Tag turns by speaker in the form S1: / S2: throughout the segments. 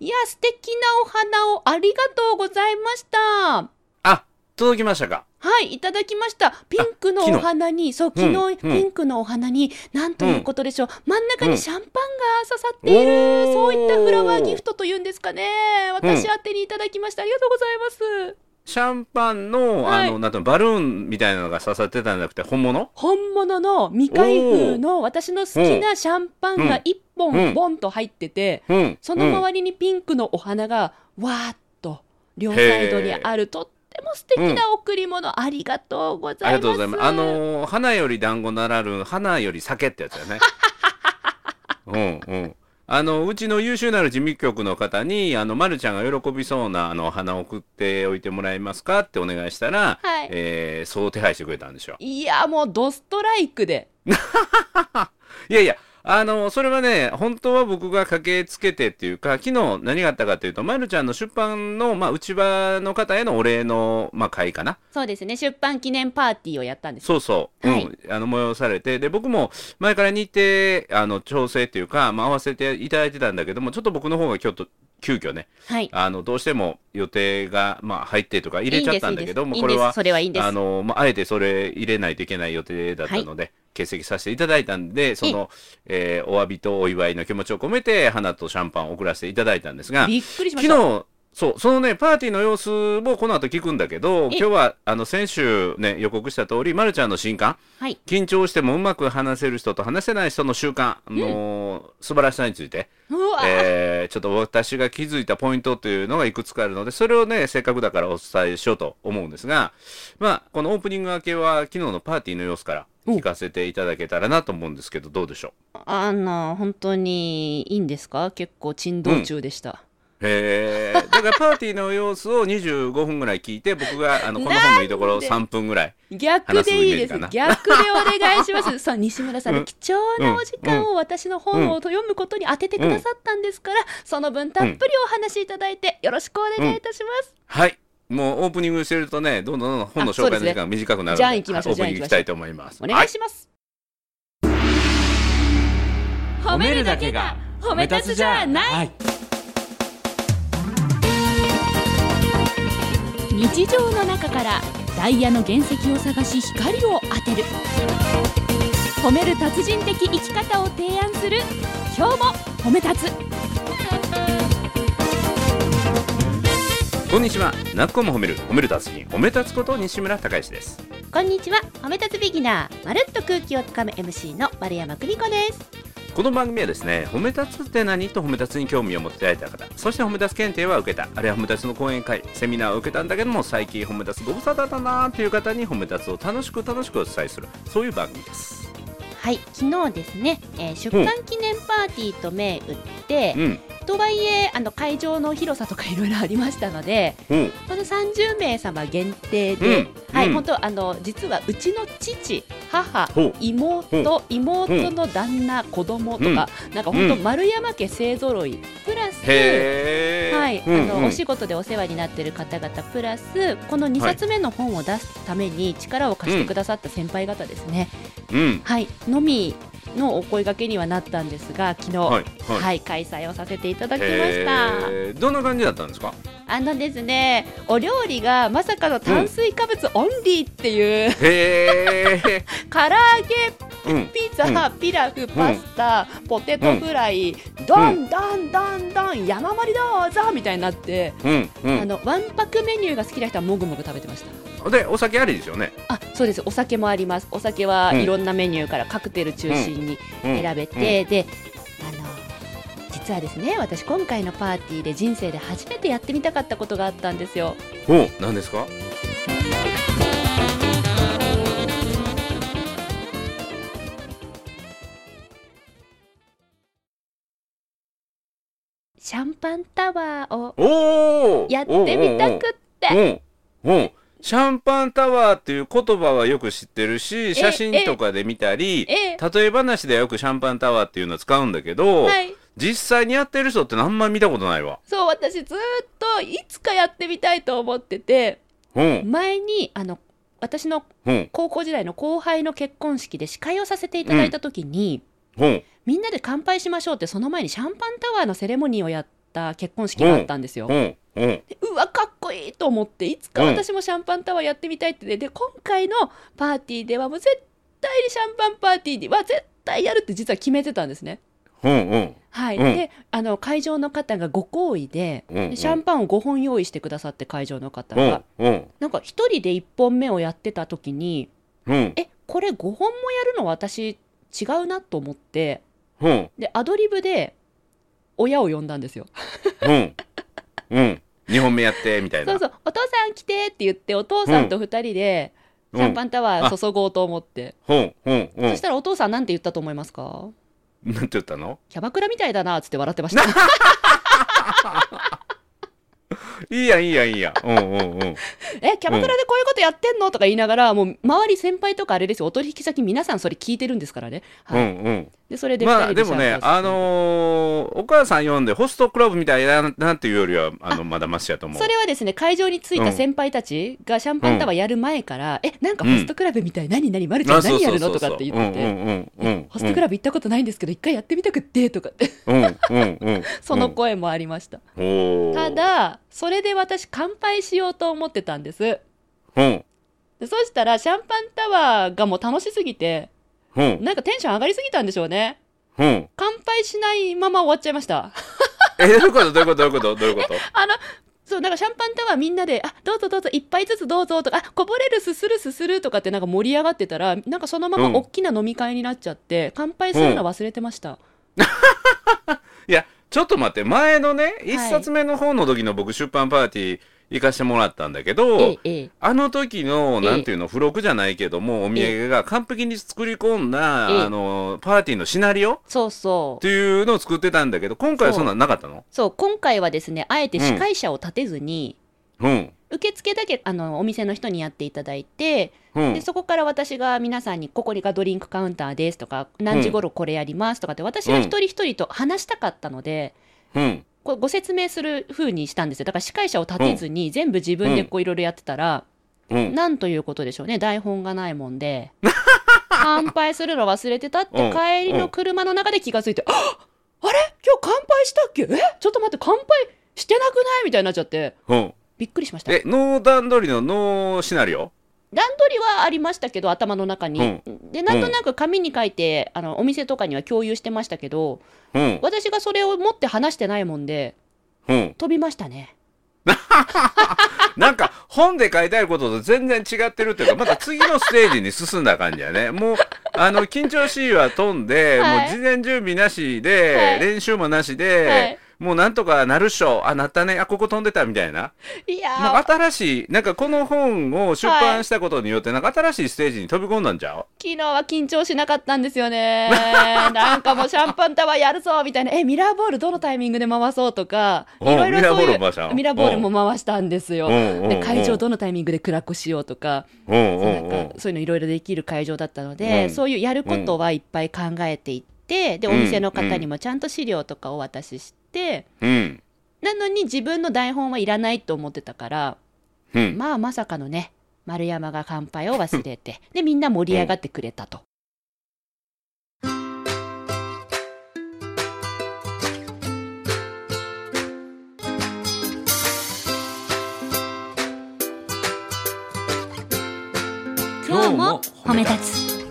S1: いや、素敵なお花をありがとうございました。
S2: あ、届きましたか
S1: はい、いただきました。ピンクの
S2: 昨日
S1: お花に、そう、昨
S2: う
S1: 日、
S2: ん
S1: ピンクのお花に、なんということでしょう。真ん中
S2: う
S1: に
S2: ん
S1: シャンパンが刺さっている、
S2: おー
S1: そういったフラワーギフトというんですかね。
S2: うん
S1: 私宛てにいただきました。ありがとうございます。
S2: シャンパンの、
S1: はい
S2: あの、なんていうのバルーンみたいなのが刺さってたんじゃなくて、本物
S1: 本物の未開封の私の好きなシャンパンが1
S2: う
S1: 本
S2: ん
S1: ボンと入ってて、
S2: うん。
S1: その周りにピンクのお花がわーっと両サイドにある、とっても素敵な贈り物、ありがとうご
S2: あ
S1: ざいます。
S2: りがとうございます。あのー花より団子ならぬ、花より酒ってやつ だね。うんうん。あの、うちの優秀なる事務局の方に、あの、まるちゃんが喜びそうな、あの、花を送っておいてもらえますかってお願いしたら、
S1: はい
S2: えーそう手配してくれたんでしょう。
S1: いや、もうドストライクで。
S2: いやいや、あの、それはね、本当は僕が駆けつけてっていうか、昨日何があったかっていうと、まるちゃんの出版の、まあ、内場の方へのお礼の、まあ、会かな。
S1: そうですね、出版記念パーティーをやったんです。
S2: そうそう、
S1: はい
S2: うん、あの催されて、で僕も前から日程あの調整というか、まあ、合わせていただいてたんだけども、ちょっと僕の方が今日と急遽ね、
S1: はい。
S2: あのどうしても予定が、まあ、入ってとか入れちゃったんだけども、
S1: いい
S2: こ
S1: んで
S2: れ
S1: すいいんですいいんですそ
S2: は
S1: れはいいんです。
S2: あの、まああえてそれ入れないといけない予定だったので、欠席させていただいたんで、その、えーお詫びとお祝いの気持ちを込めて、花とシャンパンを送らせていただいたんですが、
S1: びっくりしま
S2: 昨
S1: した。
S2: 日そうそのねパーティーの様子もこの後聞くんだけど
S1: え
S2: 今日はあの先週ね予告した通りまるちゃんの新刊
S1: はい。
S2: 緊張してもうまく話せる人と話せない人の習慣の、素晴らしさについて、
S1: うわ、
S2: えーちょっと私が気づいたポイントというのがいくつかあるのでそれをねせっかくだからお伝えしようと思うんですがまあこのオープニング明けは昨日のパーティーの様子から聞かせていただけたらなと思うんですけどどうでしょう
S1: あの、本当にいいんですか結構珍道中でした。
S2: へえだからパーティーの様子を25分ぐらい聞いて僕があのこの本のいいところを3分ぐらい
S1: 逆でいいです
S2: 話すイメー。ジ
S1: 逆でお願いします。さあ、西村さん
S2: う
S1: の
S2: ん
S1: 貴重なお時間を私の本を読むことに当ててくださったんですから、その分たっぷりお話しいただいて、よろしくお願いいたします。
S2: はいもうオープニングしてるとねどんどんどんどん本の紹介の時間が短くなるので
S1: じゃあ行きましょう
S2: はいオープニング行きたいと思います
S1: お願いします。褒
S3: 褒め立つじゃない
S1: 日常の中からダイヤの原石を探し光を当てる褒める達人的生き方を提案する今日も褒め立つ
S2: はいこんにちはなっこも褒める褒める達人褒め立つこと西村孝之です
S1: こんにちは褒め立つビギナーまるっと空気をつかむ MC の丸山久美子です
S2: この番組はですね褒め立つって何と褒め立つに興味を持っていただいた方そして褒め立つ検定は受けたあるいは褒め立つの講演会セミナーを受けたんだけども最近褒め立つご無沙汰だなーっていう方に褒め立つを楽しく楽しくお伝えするそういう番組です
S1: はい昨日ですね、えー出版記念パーティーと銘打って、
S2: うん
S1: とはいえあの会場の広さとかいろいろありましたので
S2: うん
S1: この30名様限定で、
S2: うん
S1: はい、
S2: うん
S1: 本当あの実はうちの父母
S2: ほうほ
S1: 妹妹の旦那子供とか、なんか本当
S2: うん
S1: 丸山家勢ぞろいプラス
S2: へえ。
S1: はい、
S2: うん
S1: あ
S2: うん
S1: のお仕事でお世話になってる方々プラスこの2
S2: はい
S1: 冊目の本を出すために力を貸してくださった先輩方ですね、
S2: うん。
S1: はいのみのお声掛けにはなったんですが昨日、は
S2: はいい
S1: 開催をさせていただきました。
S2: へーどんな感じだったんですか。
S1: あのですね、お料理がまさかの炭水化物オンリーっていう、
S2: へえ。
S1: 唐揚げ、
S2: うん。
S1: ピザ、ピラフ、パスタ、ポテトフライ、どんどんどんどん山盛りどうぞみたいになって、
S2: うん。う
S1: あのわんぱくメニューが好きな人はもぐもぐ食べてました。
S2: ん。で、お酒ありですよね。
S1: あ、そうです。お酒もあります。お酒はいろんなメニューからカクテル中心に
S2: うん
S1: 選べて、で、あの。実はですね私今回のパーティーで人生で初めてやってみたかったことがあったんですよ
S2: うん。お、なんですか。
S1: シャンパンタワーを
S2: おお。
S1: やってみたくって。
S2: うん。うん。シャンパンタワーっていう言葉はよく知ってるし、写真とかで見たり。
S1: ええ、
S2: 例え話ではよくシャンパンタワーっていうのを使うんだけど、
S1: はい。
S2: 実際にやってる人ってあんま見たことないわ。
S1: そう、私ずーっといつかやってみたいと思ってて、
S2: うん、
S1: 前に、あの、私の
S2: うん、
S1: 高校時代の後輩の結婚式で司会をさせていただいた時に、
S2: うん。
S1: みんなで乾杯しましょうって、その前にシャンパンタワーのセレモニーをやっった結婚式があったんですよ。
S2: うんうん
S1: でうわかっこいいと思っていつか私もシャンパンタワーやってみたいってねで今回のパーティーではもう絶対にシャンパンパーティーには絶対やるって実は決めてたんですね。
S2: うんうん
S1: はい、
S2: うん
S1: であの会場の方がご好意で,
S2: うん
S1: で、
S2: うん
S1: シャンパンを5本用意してくださって会場の方
S2: う
S1: が、
S2: んうん
S1: なんか1人で1本目をやってた時に
S2: うん
S1: えこれ5本もやるの私違うなと思って
S2: うん
S1: でアドリブで親を呼んだんですよ。
S2: うんうん2本目やってみたい
S1: そ
S2: な
S1: うそうお父さん来てって言ってお父さんと2人でシャンパンタワー注ごうと思って、
S2: うんうんう
S1: そしたらお父さんなんて言ったと思いますか
S2: んなんて言ったの
S1: キャバクラみたいだなっつって笑ってました。
S2: いいやんいいやんいいやんうんうんうん
S1: えキャバクラでこういうことやってんのとか言いながらもう周り先輩とかあれですよお取引先皆さんそれ聞いてるんですからね、
S2: う
S1: はい
S2: んうん
S1: でそれで2
S2: まあ
S1: 人
S2: で
S1: で
S2: もね、あのーお母さん呼んでホストクラブみたいだなっていうよりはあのまだマシやと思う
S1: それはですね会場に着いた先輩たちがシャンパンタワーやる前から、えなんかホストクラブみたい、何何マルちゃん何やるのとかって言ってて、ホストク
S2: ラ
S1: ラブ行ったことないんですけど一回やってみたくってとかって
S2: ブうんうんうん
S1: その声もありました、
S2: おー
S1: ただそれで私乾杯しようと思ってたんです
S2: うん
S1: でそしたらシャンパンタワーがもう楽しすぎて
S2: うん
S1: なんかテンション上がりすぎたんでしょうね
S2: うん
S1: 乾杯しないまま終わっちゃいました。
S2: えどういうことどういうことどういうことどういうこと
S1: あの、そう、なんかシャンパンタワーみんなで、あ、どうぞどうぞ、一杯ずつどうぞとか、あ、こぼれるすするすするとかってなんか盛り上がってたら、なんかそのま
S2: うん
S1: ま大きな飲み会になっちゃって、乾杯するの忘れてました。
S2: いやちょっと待って前のね一冊目の方の時の僕出版パーティー行かしてもらったんだけど、
S1: ええ、ええ。
S2: あの時の、なんていうの、付録じゃないけども、お土産が完璧に作り込んだ、
S1: ええ
S2: あの、パーティーのシナリオっ
S1: そうそう
S2: て。いうのを作ってたんだけど、今回はそんなんなかったの
S1: そう、今回はですね、あえて司会者を立てずに、
S2: うん。
S1: 受付だけ、あの、お店の人にやっていただいて、
S2: うん
S1: で。そこから私が皆さんにここがドリンクカウンターですとか何時頃これやりますとかって私が一人一人と話したかったので、
S2: うん。
S1: こうご説明する風にしたんですよだから司会者を立てずに全部自分でこういろいろやってたら、
S2: うん。
S1: なんということでしょうね台本がないもんで 乾杯するの忘れてたっ
S2: うん
S1: て帰りの車の中で気がついて「ああれ今日乾杯したっけえちょっと待って乾杯してなくない?」みたいになっちゃって
S2: うん。
S1: びっくりしました
S2: え、ノー段取りのノーシナリオ
S1: 段取りはありましたけど頭の中に、でなんとなく紙に書いてあのお店とかには共有してましたけど
S2: うん。
S1: 私がそれを持って話してないもんで
S2: うん。
S1: 飛びましたね
S2: なんか、本で書いてあることと全然違ってるっていうか、また次のステージに進んだ感じやね。もう、あの、緊張しいは飛んで、
S1: はい
S2: もう事前準備なしで、
S1: はい
S2: 練習もなしで、
S1: はい
S2: もうなんとかなるっしょ。あ、なったね。あ、ここ飛んでたみたいな。
S1: いやー
S2: なんか新しい、なんかこの本を出版したことによって、なんか新しいステージに飛び込んだんじゃう
S1: 昨日は緊張しなかったんですよ ねなんかもうシャンパンタワーやるぞみたいなえミラーボールどのタイミングで回そうとかい
S2: おう
S1: ろいろそう
S2: ミラー
S1: い
S2: ボール回したの
S1: うミラーボールも回したんですよ
S2: うんうん
S1: で会
S2: う
S1: 場
S2: ん
S1: どのタイミングで暗くしようとか
S2: うんう
S1: そうん
S2: う
S1: なん
S2: ん
S1: か。そういうのいろいろできる会場だったので、
S2: うん
S1: そういうやることはいっぱい考えていって、でお
S2: うん
S1: 店の方にもちゃんと資料とかお渡しして、
S2: うん。
S1: なのに自分の台本はいらないと思ってたから、
S2: うん。
S1: まあまさかのね丸山が乾杯を忘れてでみんな盛り上がってくれたと。
S4: 今日も褒め立つ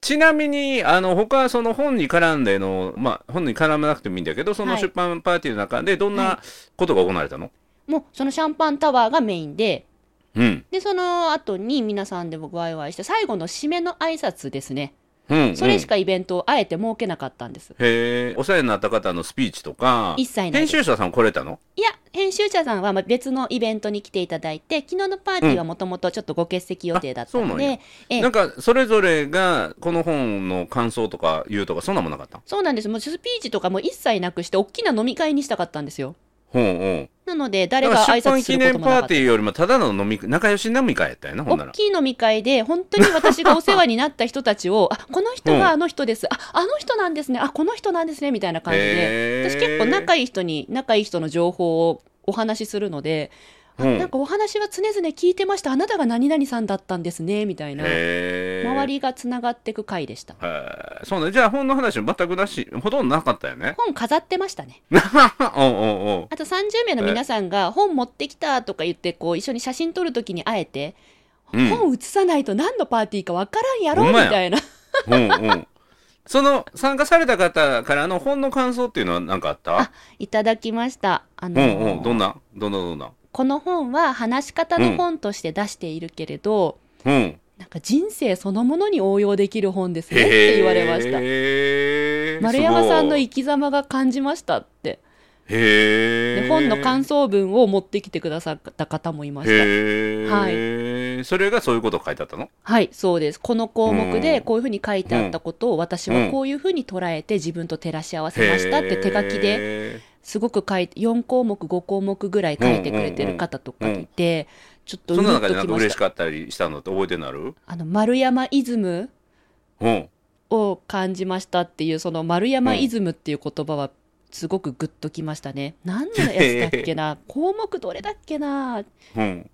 S2: ちなみに、あの、他、その本に絡んでの、まあ、本に絡まなくてもいいんだけど、その
S1: はい
S2: 出版パーティーの中で、どんなことが行われたの、
S1: もうそのシャンパンタワーがメインで
S2: うん。
S1: でその後に皆さんでワイワイして最後の締めの挨拶ですね
S2: うん。
S1: それしかイベントをあえて設けなかったんです。
S2: うん。へえ、お世話になった方のスピーチとか、
S1: 一切ないです
S2: 編集者さん来れたの
S1: いや、編集者さんはまあ別のイベントに来ていただいて、昨日のパーティーはもともとちょっとご欠席予定だった
S2: あそ
S1: の
S2: うなんや
S1: で、ええ
S2: なんか、それぞれが、この本の感想とか言うとか、そんなもんなかった
S1: そうなんです。もうスピーチとかも一切なくして、大きな飲み会にしたかったんですよ。
S2: ほうほう。
S1: なので、
S2: あ
S1: 誰が挨拶することもな
S2: パ
S1: か
S2: ー
S1: った
S2: テ。ィーよりもただの飲み仲良し飲み会やったよなほんな
S1: 大
S2: ら
S1: きい飲み会で、本当に私がお世話になった人たち を、あ、この人はあの人です。あ、あの人なんですね。あ、この人なんですね。みたいな感じ
S2: へ
S1: で。
S2: ー
S1: 私結構仲いい人に、仲いい人の情報をお話しするので、
S2: うん
S1: なんかお話は常々聞いてましたあなたが何々さんだったんですねみたいな
S2: へー
S1: 周りがつながっていく回でした
S2: へーそうねじゃあ本の話は全くなしほとんどなかった よね
S1: 本飾ってましたね
S2: おうおうおう
S1: あと30名の皆さんが本持ってきたとか言ってこう一緒に写真撮るときに会えて、
S2: うん
S1: 本写さないと何のパーティーかわからんやろ
S2: ほん
S1: み
S2: まや
S1: たいな
S2: うんうんその参加された方からの本の感想っていうのは何かあった
S1: あいただきましたあ
S2: う
S1: の
S2: んうんどんなどんなどんな
S1: この本は話し方の本として出しているけれど、
S2: うん
S1: なんか人生そのものに応用できる本ですねっ
S2: へ
S1: て
S2: え
S1: 言われました
S2: た
S1: 丸山さんの生き様が感じましたって
S2: へ
S1: で
S2: え
S1: 本の感
S2: 想
S1: 想文を持ってきてくださった方もいました
S2: へえ、はい、それがそういうこと書いてあったの
S1: はいそうですこの項目
S2: う
S1: で
S2: ん
S1: こういうふうに書いてあったことを私はこういうふうに捉えて自分と照らし合わせましたって手書きで
S2: へ
S1: すごく書いて4項目5項目ぐらい書いてくれてる方とかいてちょっ
S2: ー
S1: とう
S2: そ
S1: る
S2: の
S1: っ
S2: 中
S1: と
S2: でなん
S1: き
S2: か
S1: ま
S2: 嬉
S1: し
S2: したかったりしたのって覚えてなる
S1: あの丸山イズム
S2: うん
S1: を感じましたっていうその丸山イズムっていう言葉はすごくグッときましたね。何のやつだっけ な項目どれだっけな
S2: うん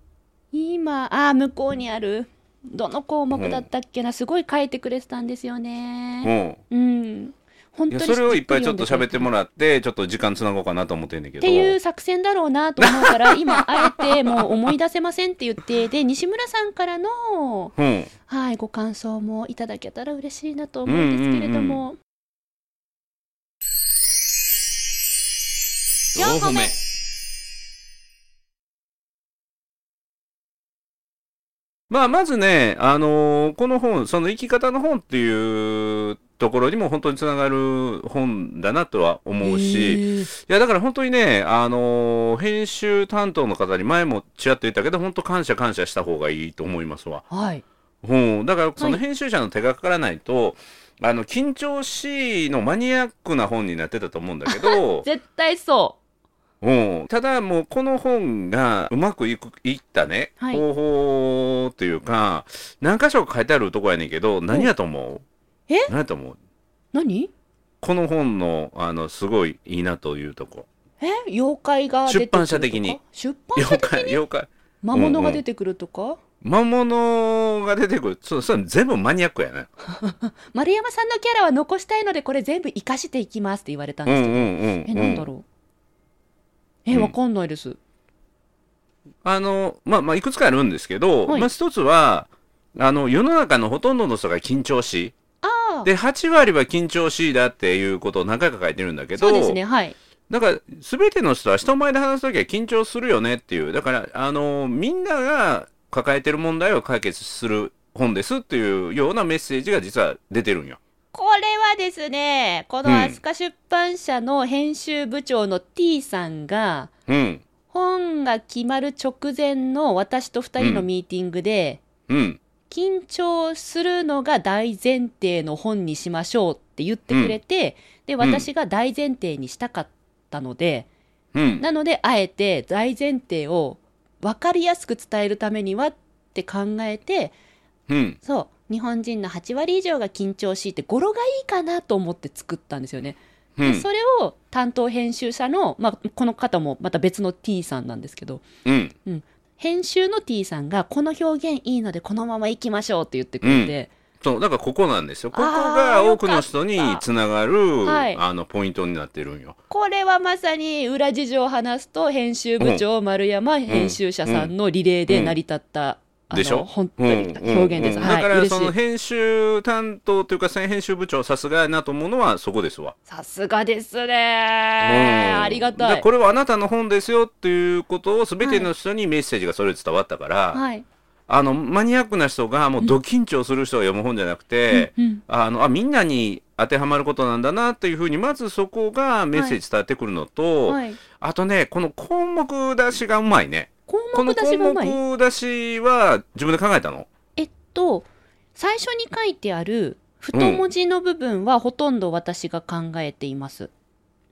S1: 今あー向こうにあるどの項目だったっけなすごい書いてくれてたんですよ
S2: う
S1: ね。
S2: ん
S1: うん。本
S2: い
S1: 当
S2: や
S1: に
S2: それをいっぱいちょっと喋っても
S1: う。
S2: らってちょっと時間つなごうかなと思ってんだけ
S1: っ
S2: ど
S1: ていう作戦だろうなと思うから、 今、あえてもう思い出せませんって言って、で、西村さんからの、
S2: うん
S1: はい、ご感想もいただけたら嬉しいなと思うんですけれども。
S2: うん
S4: 4個目
S2: まあまずね、あのーこの本、その生き方の本っていうところにも本当につながる本だなとは思うし、い
S1: へー
S2: やだから本当にね、あのー編集担当の方に前もちらっと言ったけど、本当感謝感謝した方がいいと思いますわ。
S1: はい。
S2: うん、だからそ
S1: は
S2: の
S1: い、
S2: 編集者の手がかからないと、あの緊張しいのマニアックな本になってたと思うんだけど
S1: 絶対そ
S2: うん、ただもうこの本がうまくいくいったね、
S1: はい
S2: 方法というか何箇所か書いてあるとこやねんけど何やと思う
S1: え
S2: 何やと思う
S1: う。何
S2: この本のあのすごいいいなというとこ
S1: え妖怪が出てくるとか
S2: 出版社的に
S1: 出版社
S2: 妖
S1: 的
S2: 怪妖怪
S1: 魔物が出てくるとか、
S2: 魔物が出てくるそうそう全部マニアックやね
S1: 丸山さんのキャラは残したいのでこれ全部生かしていきますって言われたん
S2: うん
S1: ですけ
S2: ん
S1: ど、
S2: う
S1: え
S2: んうん
S1: なんだろう、え
S2: うん
S1: わかんないです
S2: あのまあまあいくつかあるんですけど、
S1: はい
S2: まあ一つはあの世の中のほとんどの人が緊張し
S1: ああ
S2: で8割は緊張しいだっていうことを何回か書いてるんだけど
S1: そうですねはい
S2: だから全ての人は人前で話すときは緊張するよねっていうだからあのみんなが抱えてる問題を解決する本ですっていうようなメッセージが実は出てるんよ。
S1: これはですねこの
S2: うん
S1: 飛鳥出版社の編集部長の T さんが
S2: うん
S1: 本が決まる直前の私と2人のミーティングで、
S2: うん
S1: 緊張するのが大前提の本にしましょうって言ってくれて、で私が大前提にしたかったので、
S2: うん
S1: なのであえて大前提を分かりやすく伝えるためにはって考えて
S2: うん
S1: そう日本人の8割以上が緊張しいって語呂がいいかなと思って作ったんですよね。
S2: う
S1: で
S2: ん
S1: それを担当編集者の、まあ、この方もまた別の T さんなんですけど
S2: うん
S1: 編集の T さんがこの表現いいのでこのままいきましょうって言ってくれて。
S2: そうだからここなんですよここ
S1: あ
S2: が
S1: ー
S2: 多くの人に
S1: よかった
S2: つながる
S1: はい
S2: あのポイントになってるんよ。
S1: これはまさに裏事情を話すと編集部長丸山編集者さんのリレーで成り立った、あの
S2: でしょ
S1: 本当
S2: うん
S1: に表現です、
S2: うんうん
S1: はい
S2: だからそ
S1: 嬉し
S2: の
S1: い
S2: 編集担当というか再編集部長さすがやなと思うのはそこですわ。
S1: さすがですね
S2: うん
S1: ありが
S2: だ
S1: た
S2: から
S1: い
S2: これはあなたの本ですよっていうことを全ての人にメッセージがそれで伝わったから、
S1: はい、
S2: あのマニアックな人がもうド緊張する人が読む本じゃなくて、
S1: うん、
S2: あのあみんなに当てはまることなんだなっていうふうにまずそこがメッセージ伝わってくるのと、
S1: はい
S2: あとねこの項目出しがうまいね。
S1: 項
S2: こ
S1: 目
S2: の
S1: 出し
S2: 項
S1: がうまい
S2: 目出しは自分で考えたの
S1: えっと最初に書いてある太文字の部分はほとんど私が考えています、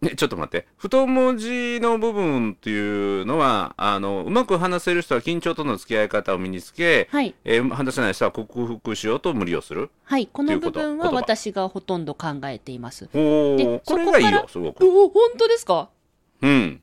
S2: ね、ちょっと待って太文字の部分っていうのはあのうまく話せる人は緊張との付き合い方を身につけ、
S1: はい
S2: えー話せない人は克服しようと無理をする。
S1: はいこの部分は
S2: ということ
S1: 私がほとんど考えています
S2: お
S1: で
S2: お、これがいいよ、すご
S1: う
S2: く。
S1: お本当ですか
S2: うん。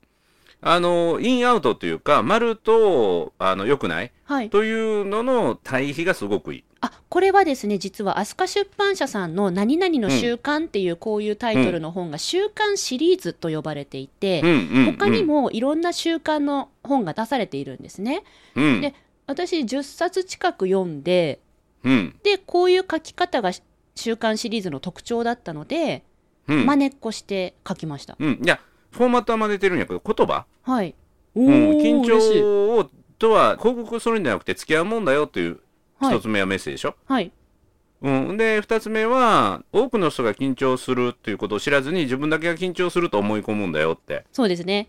S2: あのインアウトというか丸とあの良くない
S1: はい。
S2: というのの対比がすごくいい。
S1: あ、これはですね、実は飛鳥出版社さんの何々の習慣っていうこういうタイトルの本が週刊シリーズと呼ばれていて、
S2: うんうんうん、
S1: 他にもいろんな習慣の本が出されているんですね。
S2: うん、
S1: で私10冊近く読んで、
S2: うん
S1: で、こういう書き方が週刊シリーズの特徴だったので、
S2: うん
S1: 真似っこして書きました。
S2: うん、いやフォーマットは真似てるんやけど言葉、
S1: はい。お
S2: うん、
S1: ー
S2: 緊
S1: 嬉しい
S2: 張をとは報告するんじゃなくて付き合うもんだよという
S1: は
S2: 一
S1: い。
S2: つ目はメッセージでしょ、
S1: はい。
S2: うん、で二つ目は多くの人が緊張するっていうことを知らずに自分だけが緊張すると思い込むんだよって
S1: そうですね。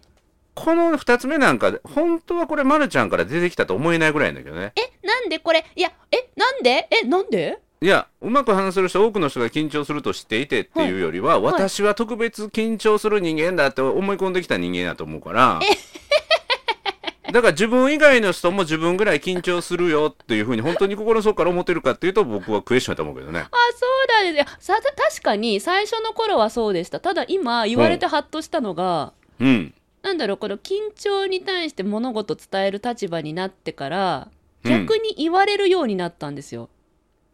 S2: この二つ目なんか本当はこれまるちゃんから出てきたと思えないぐらいなんだけどね
S1: え、なんでこれいや、え、なんでえ、なんで
S2: いやうまく話せる人多くの人が緊張すると知っていてっていうよりは、
S1: はい
S2: 私は特別緊張する人間だって思い込んできた人間だと思うから だから自分以外の人も自分ぐらい緊張するよっていうふうに本当に心の底から思ってるかっていうと僕はクエスチョンだと思うけどね
S1: あ、そうなんですよ。さ、た確かに最初の頃はそうでした。ただ今言われてハッとしたのが、
S2: うん
S1: なんだろう、この緊張に対して物事伝える立場になってから、
S2: うん
S1: 逆に言われるようになったんですよ。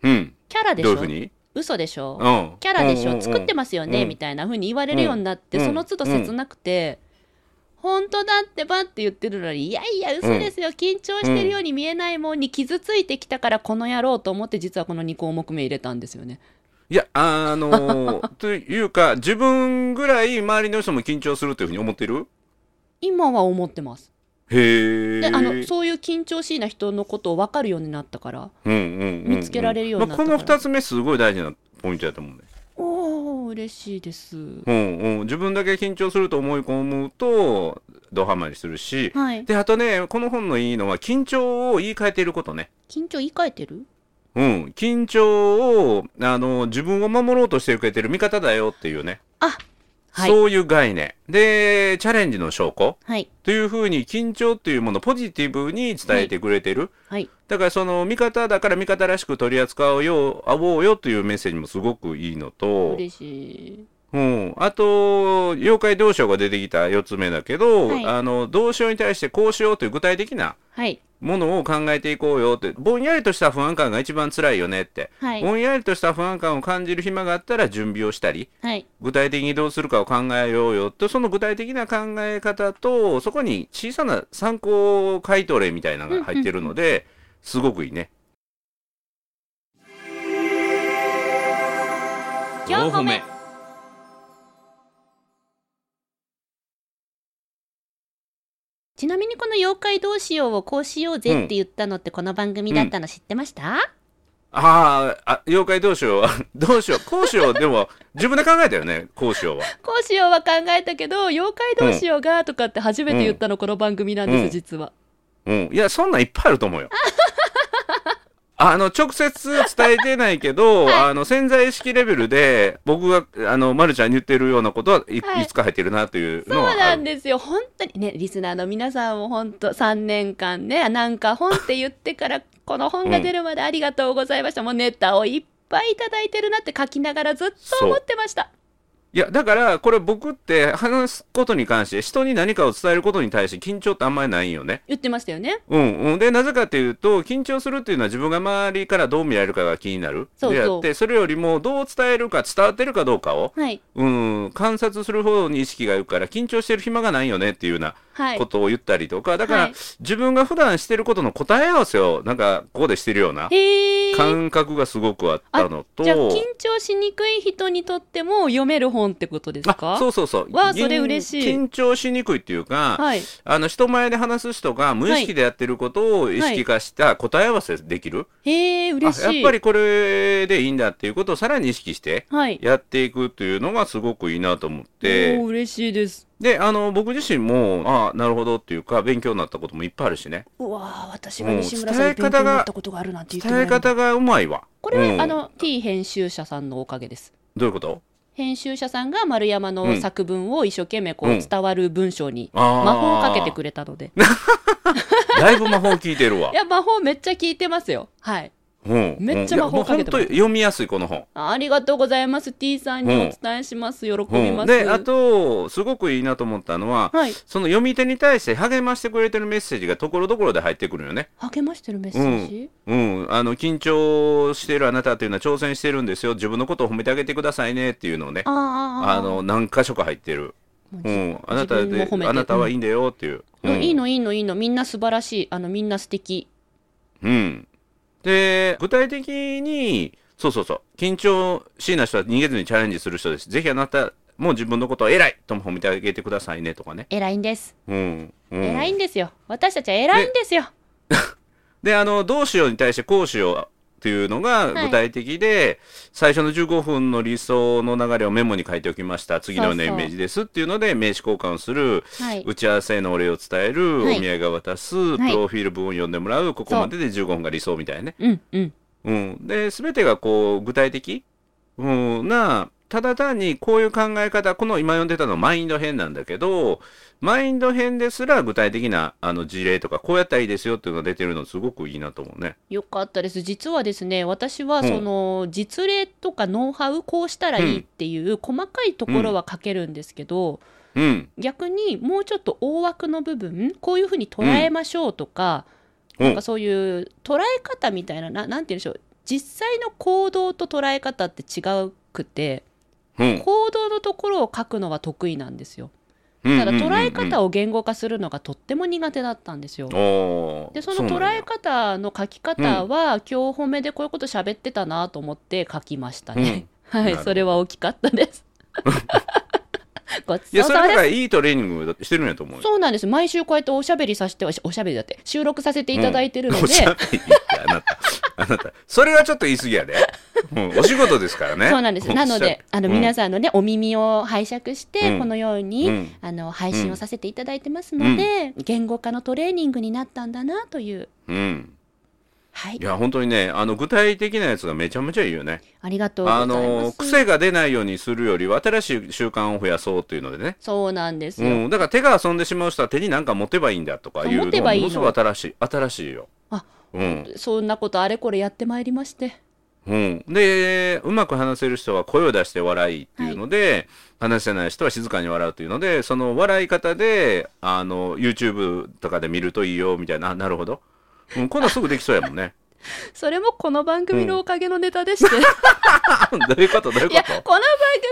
S2: うん
S1: キャラでし
S2: どう
S1: ょ
S2: いうふうに
S1: 嘘でしょ
S2: うん
S1: キャラでし
S2: うんうんう
S1: ょ
S2: ん
S1: 作ってますよね、
S2: うん
S1: みたいな風に言われるようになって、
S2: うん
S1: その都度切なくて、本当だってばって言ってるのに、いやいや、嘘ですよ、緊張してるように見えないもんに傷ついてきたから、この野郎と思って、実はこの2項目目入れたんですよね。
S2: いや、あの ーというか、自分ぐらい周りの人も緊張するというふうに思ってる
S1: 今は思ってます。
S2: へえ。
S1: で、あの、そういう緊張しいな人のことを分かるようになったから、
S2: うんうんうんうん
S1: 見つけられるようになったから
S2: まあ、この2つ目、すごい大事なポイントだと思うね。
S1: おー、嬉しいです。
S2: うんうん、自分だけ緊張すると思い込むと、ドハマりするし、
S1: はい。
S2: で、あとね、この本のいいのは、緊張を言い換えていることね。
S1: 緊張言い換えてる
S2: うん、緊張を、あの、自分を守ろうとしてくれてる味方だよっていうね。
S1: あはい
S2: そういう概念。で、チャレンジの証拠。
S1: はい。
S2: というふうに緊張っていうものをポジティブに伝えてくれてる、
S1: はい。
S2: だからその味方だから味方らしく取り扱おうよ会おうよというメッセージもすごくいいのと、
S1: 嬉しい。
S2: うん、あと妖怪同章が出てきた4つ目だけど、
S1: はい
S2: あの同章に対してこうしようという具体的な
S1: はい。
S2: ものを考えていこうよってぼんやりとした不安感が一番辛いよねって、
S1: はい
S2: ぼんやりとした不安感を感じる暇があったら準備をしたり
S1: はい。
S2: 具体的にどうするかを考えようよとその具体的な考え方とそこに小さな参考回答例みたいなのが入ってるのですごくいいね。
S3: 4歩目
S1: ちなみにこの妖怪どうしようをこうしようぜって言ったのってこの番組だったの知ってました、
S2: あーあ妖怪どうしよう どうしようこうしようでも自分で考えたよねこうしようは。
S1: こうしようは考えたけど妖怪どうしようがとかって初めて言ったのこの番組なんです、
S2: うん
S1: 実は
S2: うん、いやそんなんいっぱいあると思うよ。 あの直接伝えてないけ ど、あの潜在意識レベルで僕があの、ま、るちゃんに言ってるようなことはい,、
S1: はい
S2: い、つか入ってるなという
S1: そう
S2: のはある
S1: なんですよ本当にねリスナーの皆さんも本当3年間ねなんか本って言ってからこの本が出るまでありがとうございました、もうネタをいっぱいいただいてるなって書きながらずっと思ってました
S2: いやだからこれ僕って話すことに関して人に何かを伝えることに対して緊張ってあんまりないんよね。
S1: 言ってましたよね
S2: うんうん、でなぜかっていうと緊張するっていうのは自分が周りからどう見られるかが気になる
S1: そうそう
S2: であってそれよりもどう伝えるか伝わってるかどうかを、
S1: はい
S2: うん、観察する方に意識がいくから緊張してる暇がないよねっていうような
S1: はい
S2: ことを言ったりとか、だから、
S1: はい
S2: 自分が普段してることの答え合わせをなんかここでしてるような
S1: へえ
S2: 感覚がすごくあったのと。
S1: じゃあ緊張しにくい人にとっても読める本ってことですか
S2: あそうそうそう。
S1: わあそれ
S2: 緊
S1: 嬉しい
S2: 緊張しにくいっていうか、
S1: はい
S2: あの人前で話す人が無意識でやってることを意識化した答え合わせできる、
S1: へえ嬉しい
S2: あやっぱりこれでいいんだっていうことをさらに意識して
S1: はい
S2: やっていくというのがすごくいいなと思っ
S1: お
S2: て
S1: ー嬉しいです
S2: であの僕自身もああなるほどっていうか勉強になったこともいっぱいあるしね
S1: うわー私
S2: が西村さんに勉強になった
S1: ことがあるなんて
S2: 伝え方がうまいわ
S1: これは、
S2: うん
S1: あの T 編集者さんのおかげです
S2: どういうこと
S1: 編集者さんが丸山
S2: う
S1: の
S2: ん
S1: 作文を一生懸命こう
S2: うん
S1: 伝わる文章に
S2: ああ
S1: 魔法をかけてくれたので、
S2: だいぶ魔法聞いてるわ
S1: いや魔法めっちゃ効いてますよはい
S2: うん
S1: めっちゃ魔法かけてます
S2: うんいやもう本当読みやすいこの本
S1: あありがとうございます。T さんにお伝えします。喜び
S2: う
S1: ます。
S2: ん、であとすごくいいなと思ったのは、
S1: はい。
S2: その読み手に対して励ましてくれてるメッセージがところどころで入ってくるよね。
S1: 励ましてるメッセージ、
S2: うん、あの緊張してるあなたというのは挑戦してるんですよ自分のことを褒めてあげてくださいねっていうのをね
S1: ああああ
S2: あの何箇所か入ってる、
S1: もう
S2: う
S1: じ
S2: ん、あなた
S1: 自分
S2: で
S1: も褒めて
S2: あなたはいいんだよっていう、う
S1: うんんいいのいいのいいのみんな素晴らしいあのみんな素敵
S2: うん、で具体的にそうそうそう緊張しいな人は逃げずにチャレンジする人ですぜひあなたも自分のことを偉いとも褒めてあげてくださいねとかね、
S1: 偉いんです、
S2: うんうん、
S1: 偉いんですよ私たちは偉いんですよ
S2: であのどうしように対してこうしようっていうのが
S1: はい
S2: 具体的で、最初の15分の理想の流れをメモに書いておきました次のよう
S1: そ
S2: な
S1: う
S2: イ
S1: そう
S2: メージですっていうので名刺交換をする、
S1: はい
S2: 打ち合わせへのお礼を伝える、
S1: はい
S2: お土産を渡す、
S1: い
S2: プロフィール文を読んでもらうここまでで15分が理想みたいなね。
S1: うんうん
S2: うん、で全てがこう具体的、うん、なただ単にこういう考え方この今読んでたのマインド編なんだけどマインド編ですら具体的なあの事例とかこうやったらいいですよっていうのが出てるのすごくいいなと思うね。
S1: よかったです実はですね私
S2: う
S1: は
S2: ん
S1: その、実例とかノウハウこうしたらいいっていう細かいところは書けるんですけど、
S2: うん、
S1: 逆にもうちょっと大枠の部分こういうふうに捉えましょうとか、
S2: う
S1: なん
S2: ん
S1: か、そういう捉え方みたいなななんて言うんでしょう実際の行動と捉え方って違うくて
S2: うん、
S1: 行動のところを書くのは得意なんですよ
S2: た
S1: ただ捉え方
S2: を、
S1: を言語化するのがとっても苦手だったんですよ
S2: おー
S1: でその捉え方の書き方は、今日褒めでこういうこと喋ってたなと思って書きましたね、 は
S2: なる
S1: い
S2: ほど
S1: それは大きかったです ごち
S2: いや
S1: そう
S2: そ
S1: さ
S2: れ
S1: まで
S2: だから
S1: す
S2: いいトレーニングしてるんやと思うよ。
S1: そうなんです毎週こうやっておしゃべりさせておしおしゃべりだって収録させていただいてるので、
S2: おしゃべりってあなた、あなた、それはちょっと言い過ぎやで。うん、お仕事ですからね。
S1: そうなんです。なので、あの、皆
S2: さ
S1: さんのね、お耳を拝借して、
S2: うん
S1: このように、あの、配信をさせていただいてますので、言語化のトレーニングになったんだなという。
S2: うん、うん
S1: はい
S2: い。や本当にねあの具体的なやつがめちゃめちゃいいよね。
S1: ありがとうござ
S2: あ
S1: いま
S2: の
S1: す。
S2: 癖が出ないようにするよりは新しい習慣を増やそうというのでね。
S1: そうなんですよ。
S2: うん、だから手が遊んでしまう人は手に何か持てばいいんだとかいう
S1: そう持てばいいの
S2: ものすごく新しい新しいよ。
S1: あ
S2: うん
S1: そんなことあれこれやってまいりまして。
S2: うん、でうまく話せる人は声を出して笑いっていうので、話せない人は静かに笑うというのでその笑い方であの YouTube とかで見るといいよみたいなあなるほど、うん、今度はすぐできそうやもんね。
S1: それもこの番組のおかげのネタでして。
S2: どういうことどうい
S1: い
S2: うこ
S1: や、
S2: と
S1: この番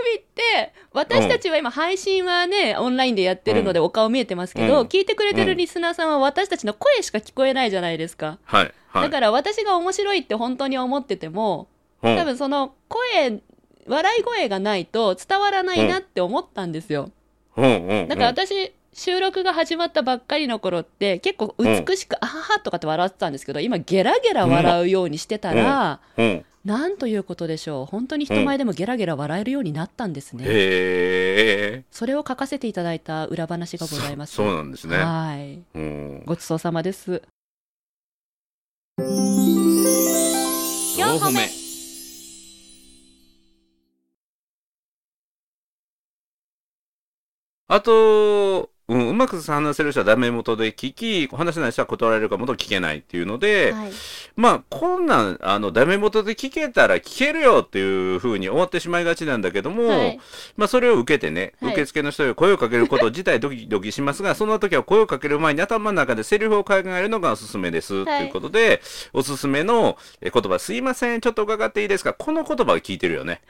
S1: 組って、私たちは今配信はね、オンラインでやってるのでお顔見えてますけど、
S2: うん
S1: 聞いてくれてるリスナーさんは私たちの声しか聞こえないじゃないですか。
S2: はいはい
S1: だから私が面白いって本当に思ってても、
S2: うん
S1: 多分その声、笑い声がないと伝わらないなって思ったんですよ。
S2: うんうんうん
S1: だから私、収録が始まったばっかりの頃って、結構美しく、あははとかって笑ってたんですけど、今ゲラゲラ笑うようにしてたら、
S2: うん
S1: なんということでしょう。本当に人前でもゲラゲラ笑えるようになったんですね。
S2: へえ
S1: それを書かせていただいた裏話がございます。
S2: そうなんですね。
S1: はい。
S2: うん。
S1: ごちそうさまです。
S4: 4歩目
S2: あと、うん、うまく話せる人はダメ元で聞き、話せない人は断られるかもと聞けないっていうので、
S1: はい。
S2: まあ、こんなん、あの、ダメ元で聞けたら聞けるよっていうふうに終わってしまいがちなんだけども、
S1: はい
S2: まあ、それを受けてね、
S1: はい
S2: 受付の人に声をかけること自体ドキドキしますが、そんな時は声をかける前に頭の中でセリフを考えるのがおすすめです。
S1: はい
S2: ということで、おすすめのえ言葉、すいません、ちょっと伺っていいですかこの言葉を聞いてるよ ね。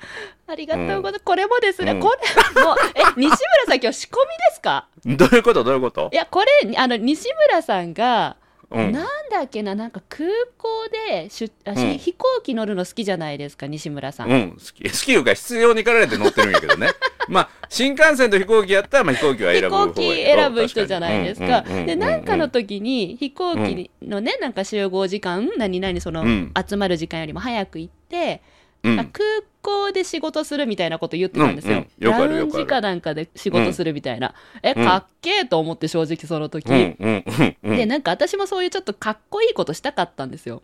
S1: ありがとうございます。これもですね、
S2: うん
S1: これも、え、西村さん今日仕込みですか
S2: どういうことどういうこと
S1: いや、これ、あの、西村さんが、
S2: うん。
S1: なんだっけな、なんか空港で出、あし
S2: うん
S1: 飛行機乗るの好きじゃないですか、西村さん。
S2: うん、好き。好きいうか必要に駆られて乗ってるんやけ どね。まあ、新幹線と飛行機やったら、まあ、飛行機は選ぶ
S1: 飛
S2: 方や
S1: 行
S2: けど
S1: 機選ぶ人じゃないですか。
S2: 確に
S1: で、なんかの時に、飛行機のね、なんか集合時間、何々、その、
S2: うん
S1: 集まる時間よりも早く行って、
S2: うんうんう
S1: あ
S2: ん
S1: 空港で仕事するみたいなこと言ってたんですよ。
S2: うんうんよくある
S1: ラウ
S2: よ
S1: ン
S2: くある
S1: ジかなんかで仕事するみたいな。え、
S2: うん
S1: かっけえと思って、正直その時。
S2: うんうんうんうん
S1: で、なんか私もそういうちょっとかっこいいことしたかったんですよ。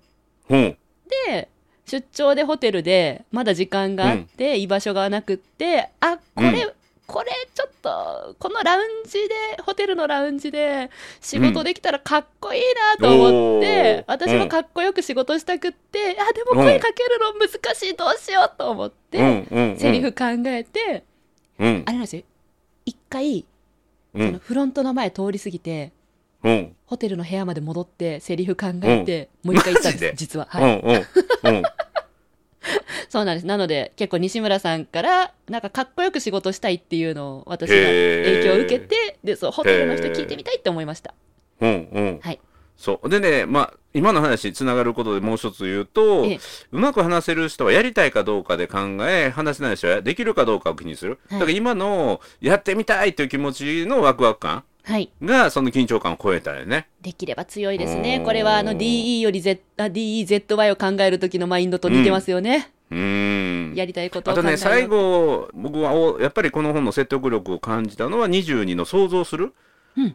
S2: うん
S1: で、出張でホテルで、まだ時間があって、居場所がなくって、あ、これ、これちょっと、このラウンジで、ホテルのラウンジで、仕事できたらかっこいいなと思って、
S2: うん
S1: 私もかっこよく仕事したくって、あ、でも声かけるの難しい、どうしようと思って、
S2: うんうんうん
S1: セリフ考えて、
S2: うん
S1: あれなんですよ。一回、
S2: う
S1: その
S2: ん
S1: フロントの前通り過ぎて、
S2: うん
S1: ホテルの部屋まで戻って、セリフ考えて、もう一回行ったん
S2: マジ
S1: で、
S2: です
S1: 実は。はい。
S2: うんうんうん
S1: そうなんです。なので、結構西村さんから、なんかかっこよく仕事したいっていうのを私が
S2: へー
S1: 影響を受けて、で、そう、ホテルの人聞いてみたいって思いました。
S2: うんうん
S1: はい
S2: そうでねまあ今の話につながることでもう一つ言うと、
S1: ええ
S2: うまく話せる人はやりたいかどうかで考え話せない人はできるかどうかを気にする、
S1: はい
S2: だから今のやってみたいという気持ちのワクワク感
S1: はい。
S2: がその緊張感を超えたよね
S1: できれば強いです
S2: う
S1: ね。
S2: ん
S1: これはあの DE より Z、あ DEZY を考える時のマインドと似てますよね。
S2: うーん
S1: やりたいことを
S2: あ
S1: 考
S2: と
S1: える。
S2: ね最。後僕はおやっぱりこの本の説得力を感じたのは22の想像する、
S1: うん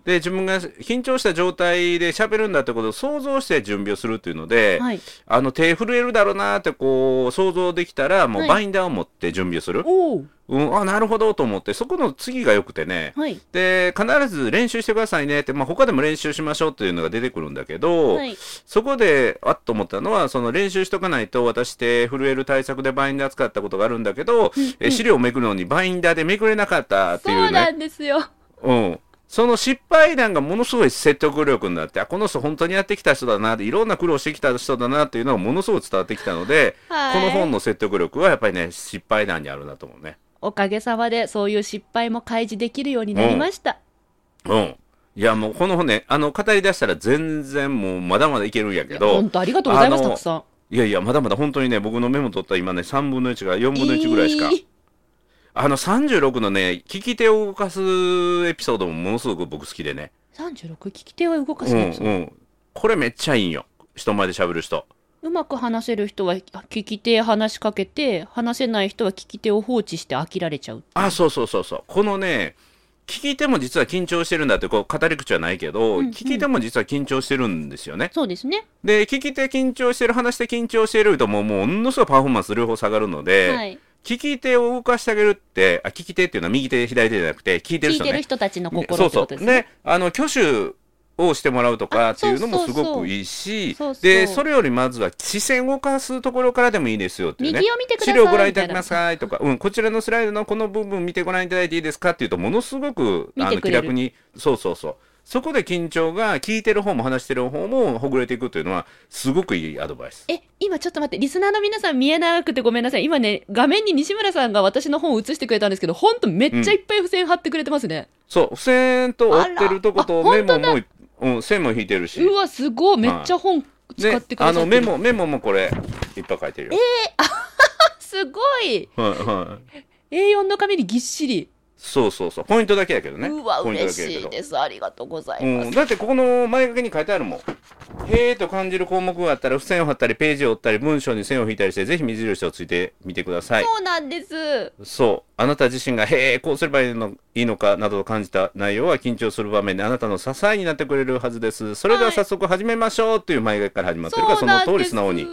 S2: で自分が緊張した状態で喋るんだってことを想像して準備をするっていうので、
S1: はい。
S2: あの手震えるだろうなってこう想像できたらも
S1: は
S2: う
S1: い
S2: バインダーを持って準備をする、
S1: おお。
S2: うん、あなるほどと思ってそこの次が良くてね、
S1: はい。
S2: で必ず練習してくださいねって、まあ、他でも練習しましょうっていうのが出てくるんだけど、
S1: はい。
S2: そこであっと思ったのはその練習しとかないと私って震える対策でバインダー使ったことがあるんだけど、え資料をめくるのにバインダーでめくれなかったって
S1: そ
S2: いう
S1: う
S2: ね
S1: なんですよ。
S2: うん、その失敗談がものすごい説得力になってあこの人本当にやってきた人だなっていろんな苦労してきた人だなっていうのがものすごい伝わってきたので、
S1: はい
S2: この本の説得力はやっぱりね失敗談にあるなと思うね。
S1: おかげさまで、そういう失敗も開示できるようになりました。
S2: うんいやもうこの本ねあの語り出したら全然もうまだまだいけるんやけど
S1: 本当ありがとうございます、
S2: あの
S1: たくさん。
S2: いやいやまだまだ本当にね僕のメモ取った今ね3分の1が4分の1ぐらいしか、
S1: えー
S2: あの36のね聞き手を動かすエピソードもものすごく僕好きでね
S1: 36聞き手は動か
S2: う
S1: す
S2: ん
S1: やつ、う
S2: うんこれめっちゃいいんよ人前で喋る人
S1: まく話せる人は聞き手へ話しかけて話せない人は聞き手を放置して飽きられちゃう
S2: あそうそうそうそうこのね聞き手も実は緊張してるんだってこう語り口はないけど、
S1: うんうん
S2: 聞き手も実は緊張してるんですよね
S1: そうですね、
S2: で聞き手緊張してる話して緊張してるともうもうものすごいパフォーマンス両方下がるので、
S1: はい
S2: 聞き手を動かしてあげるってあ聞き手っていうのは右手左手じゃなくて聞いて
S1: 聞い
S2: る人
S1: て
S2: ね
S1: る人たちの
S2: ね
S1: 心ってことですね
S2: そうそうねあの挙手をしてもらうと
S1: あ
S2: かっていうのも
S1: そう
S2: す
S1: そうそう
S2: ごくいいし
S1: そうそう
S2: でそれよりまずは視線を動かすところからでもいいですよっていうね
S1: 右を見てください
S2: 資
S1: みたいな
S2: 料をご覧いただきますかいとか、うん、こちらのスライドのこの部分見てご覧いただいていいですかっていうとものすごくあ
S1: 見て
S2: の
S1: く
S2: 気
S1: れる
S2: 楽にそうそうそうそこで緊張が聞いてる方も話してる方もほぐれていくというのはすごくいいアドバイス。
S1: え今ちょっと待ってリスナーの皆さん見えなくてごめんなさい今ね画面に西村さんが私の本を映してくれたんですけどほんとめっちゃいっぱい付箋貼ってくれてますね、
S2: そう付箋と折ってるとこと
S1: あらあ
S2: メモ
S1: 本当
S2: も、うん、線も引いてるし
S1: うわすごいめっちゃ本使
S2: で
S1: ってく
S2: あ
S1: ださ
S2: の
S1: ってる、
S2: メモメモもこれいっぱい書いてるよ。
S1: すごい
S2: はいはい
S1: A4 の紙にぎっしり、
S2: そうそうそう。ポイントだけやけどね。
S1: うわ
S2: ポイントだ
S1: 嬉し
S2: けや
S1: い
S2: けど
S1: ですありがとうございます、
S2: うん、だってここの前書きに書いてあるもん。へーと感じる項目があったら付箋を貼ったりページを折ったり文章に線を引いたりしてぜひ目印をついてみてください。
S1: そうなんです
S2: そうあなた自身が「へえこうすればいいのいいのか」などと感じた内容は緊張する場面であなたの支えになってくれるはずですそれでは早速始めましょうという前書きから始まってるからその通り素直に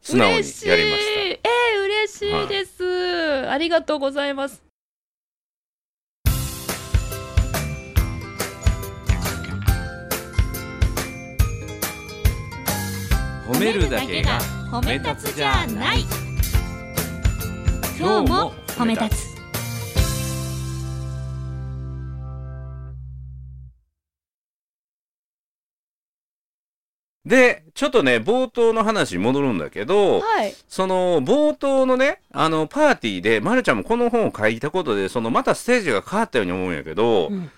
S2: 素直にやりました
S1: 嬉いえー、嬉しいです、ありがとうございます
S4: 褒めるだけが褒め立つじゃない今日も褒め立つ
S2: でちょっとね冒頭の話に戻るんだけど、
S1: はい
S2: その冒頭のねあのパーティーで、ま、るちゃんもこの本を書いたことでそのまたステージが変わったように思うんやけど、
S1: ん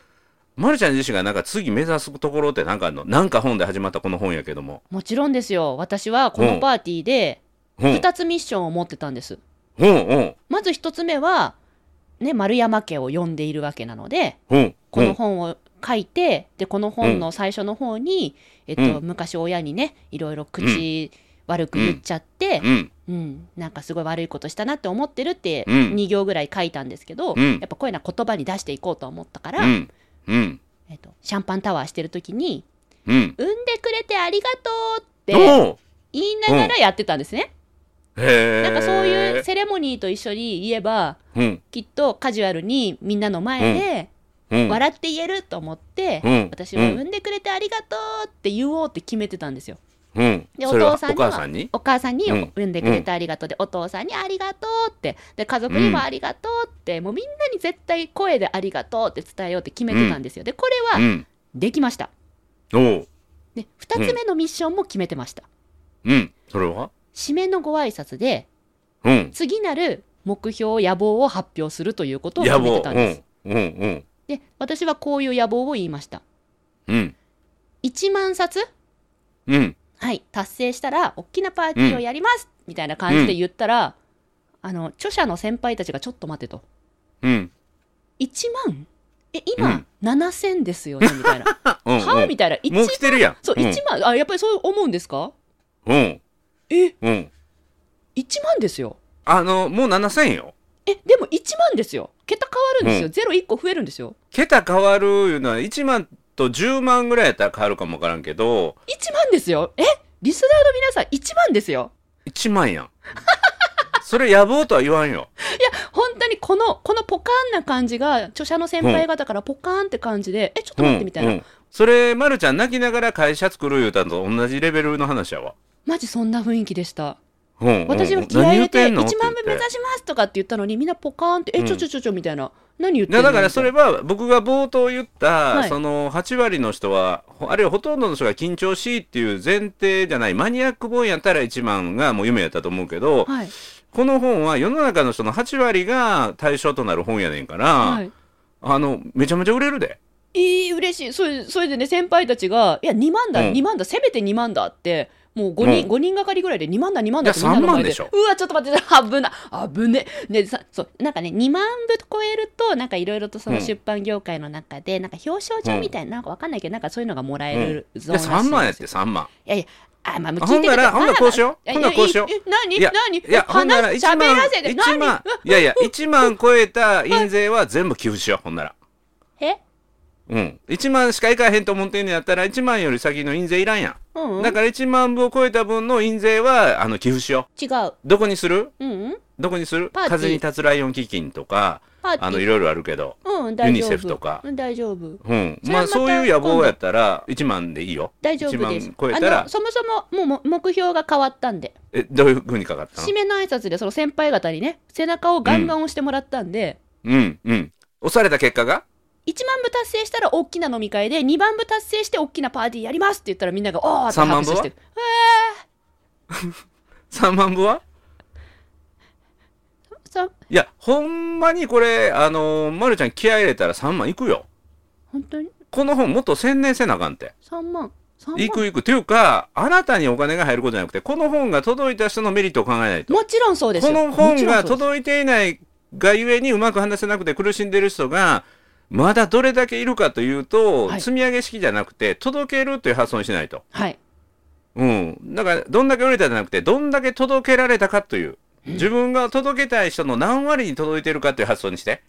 S2: ま、るちゃん自身がなんか次目指すところってなんかあんのなんか本で始まったこの本やけども。
S1: もちろんですよ私はこのパーティーで
S2: うん、
S1: 2つミッションを持ってたんです、
S2: うん、うん、
S1: まず1つ目はね丸山家を呼んでいるわけなので
S2: うん、
S1: こ
S2: う
S1: の
S2: ん、
S1: 本を書いて、でこの本の最初の方に、えっと
S2: う
S1: 昔親にねいろいろ口悪く言っちゃって、
S2: うん、
S1: うん、なんかすごい悪いことしたなって思ってるって
S2: うん
S1: 2行ぐらい書いたんですけど、
S2: うん
S1: やっぱこういうのは言葉に出していこうと思ったから、
S2: うん、うん、
S1: えっと、シャンパンタワーしてる時に
S2: う
S1: 「
S2: ん。
S1: 産んでくれてありがとう」って
S2: おう
S1: 言いながらやってたんですね。
S2: へえ
S1: なんかそういうセレモニーと一緒に言えば
S2: うん
S1: きっとカジュアルにみんなの前で
S2: うん
S1: 笑って言えると思って、
S2: うん
S1: 私は産んでくれてありがとうって言おうって決めてたんですよ。
S2: うん
S1: で
S2: それは
S1: お父さん
S2: お
S1: には
S2: 母さんに
S1: お母さんに
S2: うん
S1: 産んでくれてありがとうで、お父さんにありがとうってで家族にもありがとうって、もうみんなに絶対声でありがとうって伝えようって決めてたんですよ。でこ
S2: う
S1: れは
S2: ん
S1: できました。
S2: おう
S1: で2つ目のミッションも決めてました。
S2: うんそれは
S1: 締めのご挨拶で
S2: うん
S1: 次なる目標野望を発表するということを決
S2: 野
S1: めて
S2: 望
S1: たん
S2: う
S1: です
S2: ん。うんうん
S1: で私はこういう野望を言いました。
S2: うん
S1: 1万冊
S2: うん
S1: はい、達成したら、大きなパーティーをやります、みたいな感じで言ったら、あの、著者の先輩たちがちょっと待てと。
S2: うん
S1: 1万え、
S2: う
S1: 今
S2: ん、
S1: 7000です よね、みたいな。
S2: うん
S1: は
S2: う
S1: みたいな。
S2: んもう
S1: 1
S2: 来てるやん
S1: そう、1万、あ、やっぱりそう思うんですか
S2: うんうん
S1: え、
S2: うん
S1: 1万ですよ。
S2: あのもう7000よ
S1: え、でも1万ですよ。桁変わるんですよ。ゼロ1個増えるんですよ。
S2: 桁変わるいうのは1万と10万ぐらいやったら変わるかもわからんけど
S1: 1万ですよ。えリスナーの皆さん、1万ですよ。
S2: 1 万やんそれ野望とは言わんよ
S1: 本当にこの、このポカーンな感じが、著者の先輩方からポカーンって感じで、え、ちょっと待ってみたいな。
S2: ん、それ、ま、るちゃん泣きながら会社作る言うたんと同じレベルの話やわ、
S1: マジそんな雰囲気でした。
S2: うん
S1: 私
S2: う
S1: は
S2: ん
S1: 気合い入れて
S2: 何
S1: 1
S2: 言うのって言
S1: 万
S2: っ
S1: 目
S2: て
S1: 目指しますとかって言ったのにみんなポカーンって「
S2: う
S1: え
S2: ん
S1: ちょちょちょちょ」みたいな「何言ってんの?」
S2: だからそれ
S1: み
S2: は僕が冒頭言った、
S1: はい
S2: その8割の人はほあるいはほとんどの人が緊張しいっていう前提じゃないマニアック本やったら1万がもう夢やったと思うけど、
S1: たいなはい
S2: この本は世の中の人の8割が対象となる本やねんから、
S1: はい
S2: あのめちゃめちゃ売れるで。
S1: いい嬉しいそれそれでね先輩たちが「いや2万だ
S2: うん
S1: 2万だせめて2万だ」ってもう5
S2: う
S1: 人
S2: ん
S1: 五人がかりぐらいで2万だ2万だって
S2: い
S1: み
S2: や
S1: んなの
S2: 3
S1: 前
S2: 万
S1: で
S2: でしょ
S1: うわちょっと待って危な危ねねさそうなんかね2万部超えるとなんかいろいろとそうの
S2: ん
S1: 出版業界の中でなんか表彰状みたいななんかわかんないけどなんかそういうのがもらえるゾ
S2: で
S1: ーンらしいんです
S2: 3
S1: よ
S2: 万やって3万。
S1: いやいや、あ、まあ、もう
S2: あ
S1: 聞
S2: ほ
S1: い
S2: ん
S1: て
S2: な
S1: くださ
S2: ら
S1: い
S2: ほんならこうしよう
S1: まあ
S2: ほんならこうしよう
S1: いやいや何
S2: いや
S1: 何
S2: いや、ほんなら
S1: 話
S2: 1
S1: 喋
S2: 万
S1: らせて、、
S2: 1
S1: 何
S2: 万、いやいや、1万超えた印税は全部寄付しよう、ほんなら。
S1: え
S2: うん。1万しかいかへんと思ってんのやったら、1万より先の印税いらんや。
S1: うんん、うん、違
S2: だから1万部を超えた分の印税は、あの、寄付しよ
S1: う。
S2: う。どこにする
S1: うんうん、
S2: どこにする
S1: パーティー
S2: 風に立つライオン基金とか、
S1: パーティー。
S2: あの、いろいろあるけど。
S1: うん、大丈夫。
S2: ユニセフとか
S1: うん、大丈夫。
S2: うん。
S1: それ
S2: ま
S1: は
S2: あ、
S1: また
S2: そういう野望やったら、1万でいいよ。
S1: 大丈夫
S2: 1
S1: です
S2: 万。超えた
S1: あ
S2: ら
S1: の、そもそも、もうも目標が変わったんで、
S2: え、どういう風にかかったの
S1: 締めの挨拶で、その先輩方にね、背中をガンガン押してもらったんで、
S2: うん、うん。押された結果が
S1: 1万部達成したら大きな飲み会で、2万部達成して大きなパーティーやりますって言ったらみんなが、おーって
S2: 3万
S1: 拍手
S2: 部は
S1: してる。
S2: ?3 万部は
S1: さ
S2: いや、ほんまにこれ、あのー、まるちゃん気合い入れたら3万いくよ。
S1: 本当に
S2: この本もっと専念せなあかんって。
S1: 3万。3万
S2: いくいく。というか、あなたにお金が入ることじゃなくて、この本が届いた人のメリットを考えないと。
S1: もちろんそうです
S2: こ
S1: よ
S2: の
S1: もち
S2: 本
S1: ろんそう
S2: が
S1: です
S2: 届いていないがゆえにうまく話せなくて苦しんでる人が、まだどれだけいるかというと、
S1: はい
S2: 積み上げ式じゃなくて、届けるという発想にしないと。
S1: はい。
S2: うん。だから、どんだけ売れたじゃなくて、どんだけ届けられたかという。自分が届けたい人の何割に届いてるかという発想にして。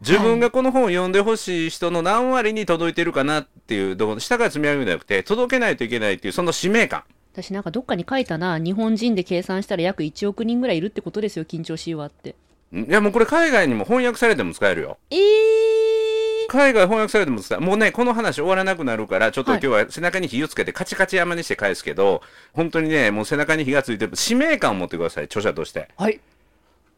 S2: 自分がこの本を読んでほしい人の何割に届いてるかなっていう、どう下から積み上げるんじゃなくて、届けないといけないっていう、その使命感。
S1: 私なんかどっかに書いたな、日本人で計算したら約1億人ぐらいいるってことですよ、緊張しいわって。
S2: んいや、もうこれ海外にも翻訳されても使えるよ。
S1: えー、
S2: 海外翻訳されても使える。もうね、この話終わらなくなるから、ちょっと
S1: は
S2: 今
S1: い
S2: 日は背中に火をつけてカチカチ山にして返すけど、本当にね、もう背中に火がついてる、使命感を持ってください、著者として。
S1: はい。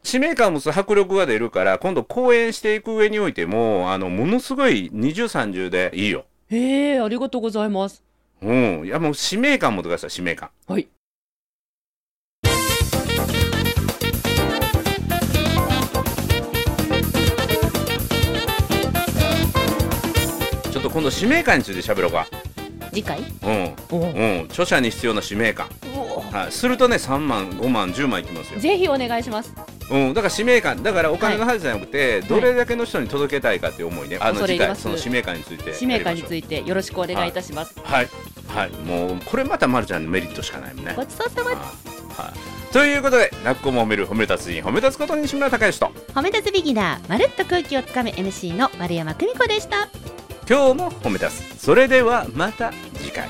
S2: 使命感を持つ迫力が出るから今度講演していく上においてもあのものすごい2030でいいよ。
S1: えー、ありがとうございます。
S2: うん、いやもう使命感持ってください使命感。
S1: はい。
S2: ちょっと今度使命感について喋ろうか。
S1: 次回
S2: うん、
S1: おお
S2: うん、著者に必要な使命感。はい、するとね3万5万10万いきますよ。
S1: ぜひお願いします。
S2: うん、だから使命感だからお金の話じゃなくて、どれだけの人に届けたいかっていう思いね。あの
S1: 恐れ入り
S2: 次回
S1: ます
S2: その使命感について。
S1: 使命感につ
S2: て。
S1: いてよろしくお願いいたします。
S2: はいはいもうこれまたまるちゃんのメリットしかないもんね。
S1: ごちそうさま
S2: はい、ということで「泣く子も褒める褒め立つ人褒め立つこと西村孝之と
S1: 褒め立つビギナー、まるっと空気をつかむ MC の丸山久美子でした。
S2: 今日も褒め立つそれではまた次回。